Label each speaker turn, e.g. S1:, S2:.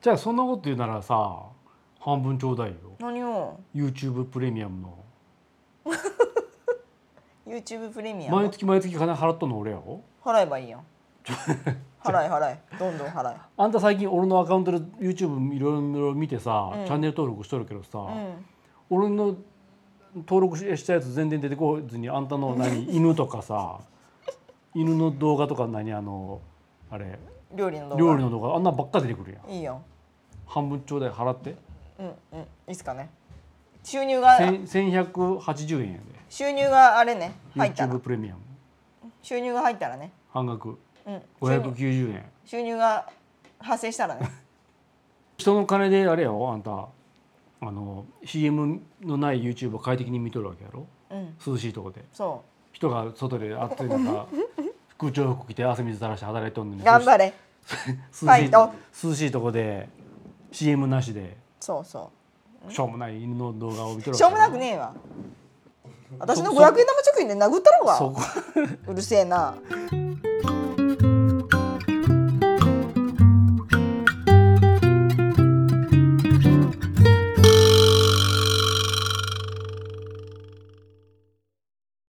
S1: じゃあそんなこと言うならさ半分ちょうだいよ
S2: 何を
S1: YouTube プレミアムの
S2: YouTube プレミア
S1: 毎
S2: ム
S1: 月毎月金払っとんの俺やろ
S2: 払えばい いやん払え払えどんどん払え
S1: あんた最近俺のアカウントで YouTube いろいろ見てさ、
S2: うん
S1: チャンネル登録しとるけどさ、
S2: うん
S1: 俺の登録したやつ全然出てこずにあんたの 何犬とかさ犬の動画とか何あのあれ
S2: 料理の動画
S1: 料理の動画あんなばっか出てくるやん
S2: いいよ
S1: 半分ちょうだい払って
S2: うんうんいいっすかね収入が
S1: 千1180円や
S2: 収入があれね入
S1: で
S2: ったら
S1: YouTube プレミアム
S2: 収入が入ったらね
S1: 半額
S2: うん収入
S1: 590円
S2: 収入が発生したらね
S1: 人の金であれやろあんたあの CM のない YouTube を快適に見とるわけやろ
S2: うん
S1: 涼しいとこで
S2: そ
S1: 人が外で暑い 中空調服着て汗水垂らして働いとんの
S2: う
S1: に
S2: 頑張れ
S1: 涼
S2: フ
S1: し
S2: ァイト
S1: い涼しいとこで CM なしで
S2: そうそ
S1: しょうもない犬の動画を見とる
S2: うしょうもな
S1: く
S2: くねえわ私
S1: そ
S2: の500円玉貯金で殴ったろうが
S1: そこ
S2: うるせえな